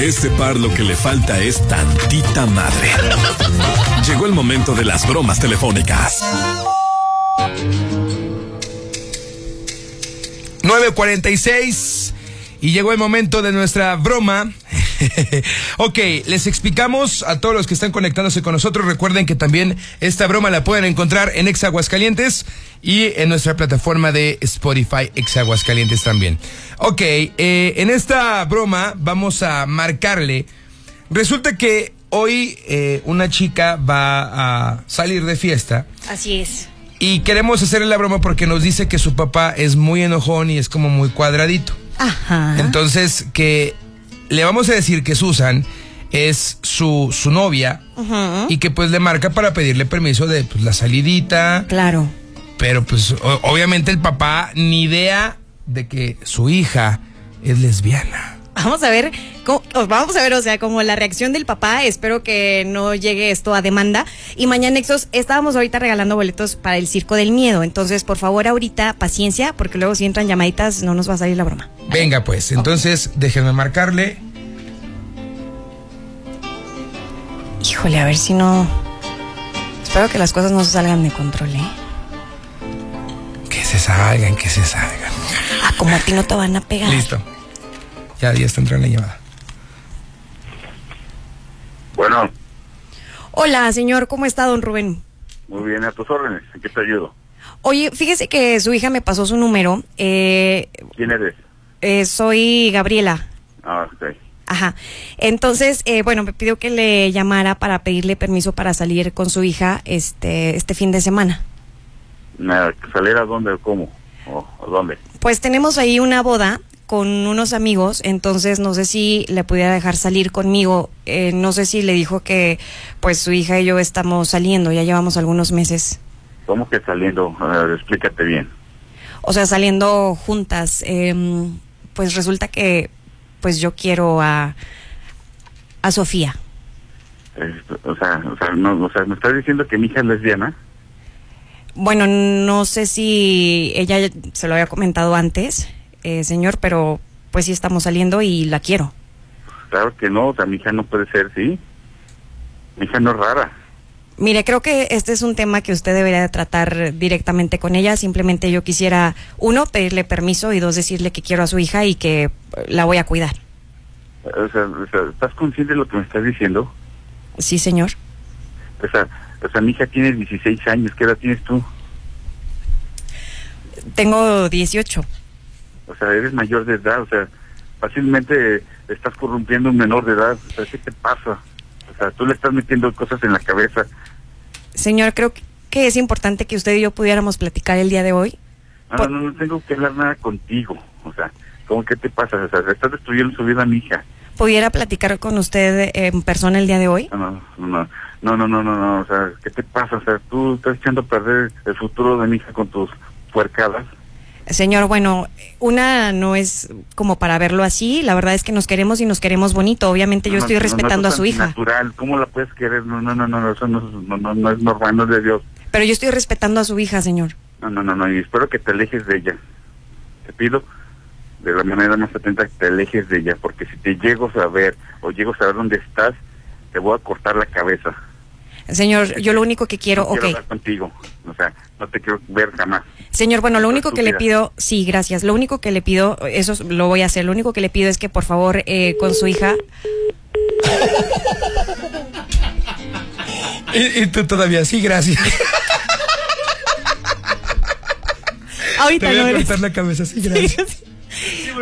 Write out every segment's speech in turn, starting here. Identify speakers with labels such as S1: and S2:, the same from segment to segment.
S1: este par lo que le falta es tantita madre. Llegó el momento de las bromas telefónicas.
S2: 9.46 y llegó el momento de nuestra broma. ok, les explicamos a todos los que están conectándose con nosotros. Recuerden que también esta broma la pueden encontrar en Ex Aguascalientes y en nuestra plataforma de Spotify Ex Aguascalientes también. Ok, eh, en esta broma vamos a marcarle. Resulta que hoy eh, una chica va a salir de fiesta.
S3: Así es.
S2: Y queremos hacerle la broma porque nos dice que su papá es muy enojón y es como muy cuadradito.
S3: Ajá.
S2: Entonces, que le vamos a decir que Susan es su, su novia
S3: Ujú.
S2: y que pues le marca para pedirle permiso de pues, la salidita.
S3: Claro.
S2: Pero pues o- obviamente el papá ni idea de que su hija es lesbiana.
S3: Vamos a ver, cómo- os vamos a ver, o sea, como la reacción del papá. Espero que no llegue esto a demanda. Y mañana, Nexos, estábamos ahorita regalando boletos para el Circo del Miedo. Entonces, por favor, ahorita paciencia, porque luego si entran llamaditas no nos va a salir la broma.
S2: Venga pues, entonces déjenme marcarle.
S3: Híjole, a ver si no. Espero que las cosas no se salgan de control, ¿eh?
S2: Que se salgan, que se salgan.
S3: Ah, como a ti no te van a pegar.
S2: Listo. Ya, ya está entrando la llamada.
S4: Bueno,
S3: Hola, señor, ¿cómo está, don Rubén?
S4: muy bien, a tus órdenes. ¿En qué te ayudo?
S3: Oye, fíjese que su hija me pasó su número. Eh,
S4: ¿Quién eres?
S3: eh, soy Gabriela.
S4: Ah, ok.
S3: Ajá. Entonces, eh, bueno, me pidió que le llamara para pedirle permiso para salir con su hija este, este fin de semana.
S4: Nada, ¿Salir a dónde o cómo? ¿O a dónde?
S3: Pues tenemos ahí una boda con unos amigos, entonces no sé si le pudiera dejar salir conmigo. Eh, no sé si le dijo que pues su hija y yo estamos saliendo, ya llevamos algunos meses.
S4: ¿Cómo que saliendo? A ver, explícate bien.
S3: O sea, saliendo juntas. em, pues resulta que pues yo quiero a, a Sofía.
S4: Es- o, sea, o, sea, no, o sea, ¿me estás diciendo que mi hija es lesbiana?
S3: Bueno, no sé si ella se lo había comentado antes, eh, señor, pero pues sí estamos saliendo y la quiero.
S4: Claro que no, o sea, mi hija no puede ser, ¿sí? Mi hija no es rara.
S3: Mire, creo que este es un tema que usted debería de tratar directamente con ella. Simplemente yo quisiera, uno, pedirle permiso y dos, decirle que quiero a su hija y que eh, la voy a cuidar.
S4: O sea, o sea, ¿estás consciente de lo que me estás diciendo?
S3: Sí, señor.
S4: O sea, o sea, mi hija tiene 16 años, ¿qué edad tienes tú?
S3: Tengo 18.
S4: O sea, eres mayor de edad, o sea, fácilmente estás corrompiendo a un menor de edad. O sea, ¿qué te pasa? O sea, tú le estás metiendo cosas en la cabeza.
S3: Señor, creo que es importante que usted y yo pudiéramos platicar el día de hoy.
S4: No,
S3: Por-
S4: no, no tengo que hablar nada contigo. O sea, ¿cómo que te pasa? O sea, le estás destruyendo su vida a mi hija.
S3: ¿Pudiera platicar con usted en persona el día de hoy?
S4: No, no, no, no, no, no, no, no, o sea, ¿qué te pasa? O sea, tú estás echando a perder el futuro de mi hija con tus puercadas.
S3: Señor, bueno, una no es como para verlo así. La verdad es que nos queremos y nos queremos bonito. Obviamente yo
S4: No,
S3: estoy
S4: no, no,
S3: respetando
S4: no,
S3: a
S4: eso
S3: su
S4: es
S3: hija,
S4: Natural, ¿cómo la puedes querer? No, no, no, no, eso no, es- no, no, no es normal, no es de Dios.
S3: pero yo estoy respetando a su hija, señor.
S4: No, no, no, no, y espero que te alejes de ella. Te pido de la manera más atenta que te alejes de ella, porque si te llego a ver o llego a saber dónde estás, te voy a cortar la cabeza.
S3: Señor, yo lo único que quiero,
S4: No
S3: ok.
S4: hablar contigo, o sea, no te quiero ver jamás.
S3: Señor, bueno, lo
S4: Esa
S3: único que le
S4: estúpida.
S3: pido, sí, gracias. Lo único que le pido, eso lo voy a hacer. Lo único que le pido es que por favor eh, con su hija,
S2: Y, y tú todavía, sí, gracias. Te
S3: ahorita
S2: voy
S3: no
S2: a
S3: eres.
S2: cortar la cabeza, sí, gracias.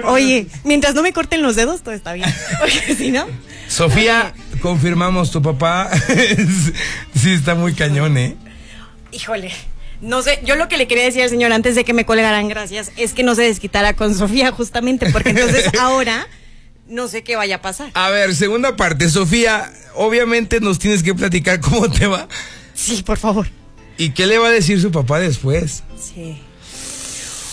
S3: Oye, mientras no me corten los dedos, todo está bien. Porque si no.
S2: Sofía, confirmamos, tu papá sí está muy cañón, ¿eh?
S3: Híjole. No sé, yo lo que le quería decir al señor antes de que me colgaran gracias es que no se desquitara con Sofía justamente, porque entonces ahora no sé qué vaya a pasar.
S2: A ver, segunda parte, Sofía, obviamente nos tienes que platicar cómo te va
S3: Sí, por favor.
S2: y qué le va a decir su papá después.
S3: Sí.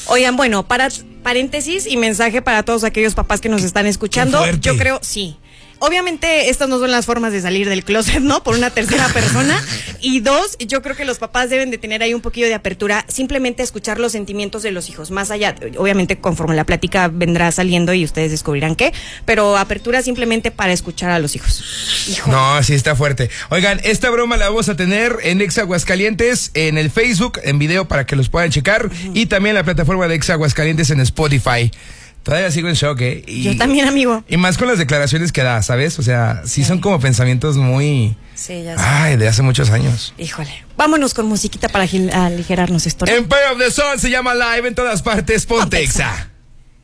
S3: Oigan, bueno, para paréntesis y mensaje para todos aquellos papás que nos están escuchando.
S2: fuerte.
S3: Yo creo, sí. obviamente estas no son las formas de salir del closet, ¿no? Por una tercera persona. Y dos, yo creo que los papás deben de tener ahí un poquillo de apertura, simplemente a escuchar los sentimientos de los hijos, más allá, obviamente conforme la plática vendrá saliendo y ustedes descubrirán qué, pero apertura simplemente para escuchar a los hijos.
S2: Hijo. No, sí está fuerte. Oigan, esta broma la vamos a tener en Ex Aguascalientes, en el Facebook, en video para que los puedan checar, uh -huh. y también la plataforma de Ex Aguascalientes en Spotify. Todavía sigo en shock, ¿eh?
S3: Y, Yo también, amigo.
S2: Y más con las declaraciones que da, ¿sabes? O sea, sí, sí. son como pensamientos muy...
S3: Sí, ya
S2: sé. Ay, de hace muchos años.
S3: Híjole. Vámonos con musiquita para aligerarnos esto.
S2: Empire of the Sun se llama live en todas partes. Pontexa.